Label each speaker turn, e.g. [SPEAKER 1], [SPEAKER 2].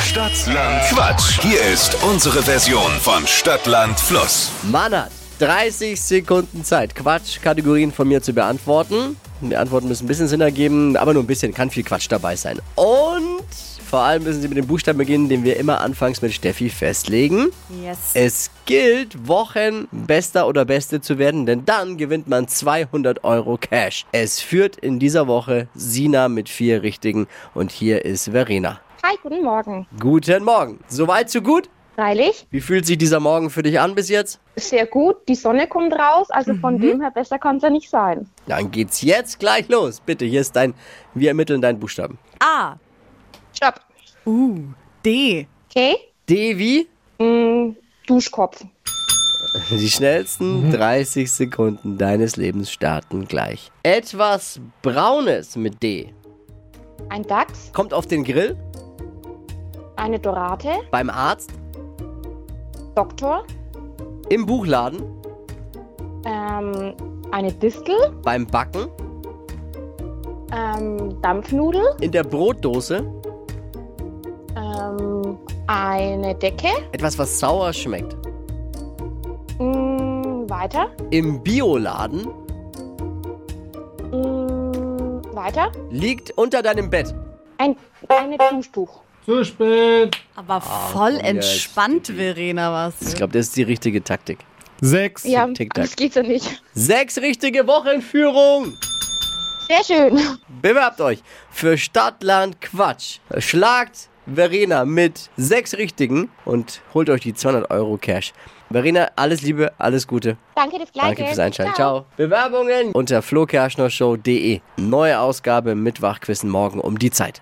[SPEAKER 1] Stadtland Quatsch. Hier ist unsere Version von Stadtland Fluss.
[SPEAKER 2] Man hat 30 Sekunden Zeit, Quatschkategorien von mir zu beantworten. Die Antworten müssen ein bisschen Sinn ergeben, aber nur ein bisschen, kann viel Quatsch dabei sein. Und vor allem müssen Sie mit dem Buchstaben beginnen, den wir immer anfangs mit Steffi festlegen.
[SPEAKER 3] Yes.
[SPEAKER 2] Es gilt, Wochen bester oder beste zu werden, denn dann gewinnt man 200 Euro Cash. Es führt in dieser Woche Sina mit vier Richtigen und hier ist Verena.
[SPEAKER 4] Hi, guten Morgen.
[SPEAKER 2] Guten Morgen. Soweit, so gut?
[SPEAKER 4] Freilich,
[SPEAKER 2] Wie fühlt sich dieser Morgen für dich an bis jetzt?
[SPEAKER 4] sehr gut. Die Sonne kommt raus, also von dem her besser kann es ja nicht sein.
[SPEAKER 2] Dann geht's jetzt gleich los. Bitte, hier ist dein, wir ermitteln deinen Buchstaben.
[SPEAKER 3] A.
[SPEAKER 4] Stopp.
[SPEAKER 3] U. D.
[SPEAKER 4] Okay?
[SPEAKER 2] D wie?
[SPEAKER 4] Mm, Duschkopf.
[SPEAKER 2] Die schnellsten 30 Sekunden deines Lebens starten gleich. Etwas Braunes mit D.
[SPEAKER 4] Ein Dachs,
[SPEAKER 2] Kommt auf den Grill,
[SPEAKER 4] eine Dorate,
[SPEAKER 2] beim Arzt,
[SPEAKER 4] Doktor,
[SPEAKER 2] im Buchladen,
[SPEAKER 4] ähm, eine Distel,
[SPEAKER 2] beim Backen,
[SPEAKER 4] ähm, Dampfnudel,
[SPEAKER 2] in der Brotdose.
[SPEAKER 4] ähm, eine Decke.
[SPEAKER 2] Etwas, was sauer schmeckt.
[SPEAKER 4] Mm, weiter.
[SPEAKER 2] Im Bioladen,
[SPEAKER 4] Mm, weiter.
[SPEAKER 2] liegt unter deinem Bett.
[SPEAKER 4] Ein eine Duschtuch.
[SPEAKER 5] Zu spät.
[SPEAKER 3] Aber voll
[SPEAKER 2] Ah, komm jetzt,
[SPEAKER 3] entspannt, Verena, was?
[SPEAKER 2] Ich glaube, das ist die richtige Taktik.
[SPEAKER 5] Sechs.
[SPEAKER 4] Ja,
[SPEAKER 2] Tic-Tac.
[SPEAKER 4] das geht ja nicht.
[SPEAKER 2] Sechs richtige Wochenführung.
[SPEAKER 4] Sehr schön.
[SPEAKER 2] Bewerbt euch für Stadtland Quatsch. Schlagt Verena mit sechs Richtigen und holt euch die 200 Euro Cash. Verena, alles Liebe, alles Gute.
[SPEAKER 4] Danke, das Gleiche.
[SPEAKER 2] Danke fürs Einschalten. Ciao. Bewerbungen unter flokerschnershow.de. Neue Ausgabe Mittwochquissen morgen um die Zeit.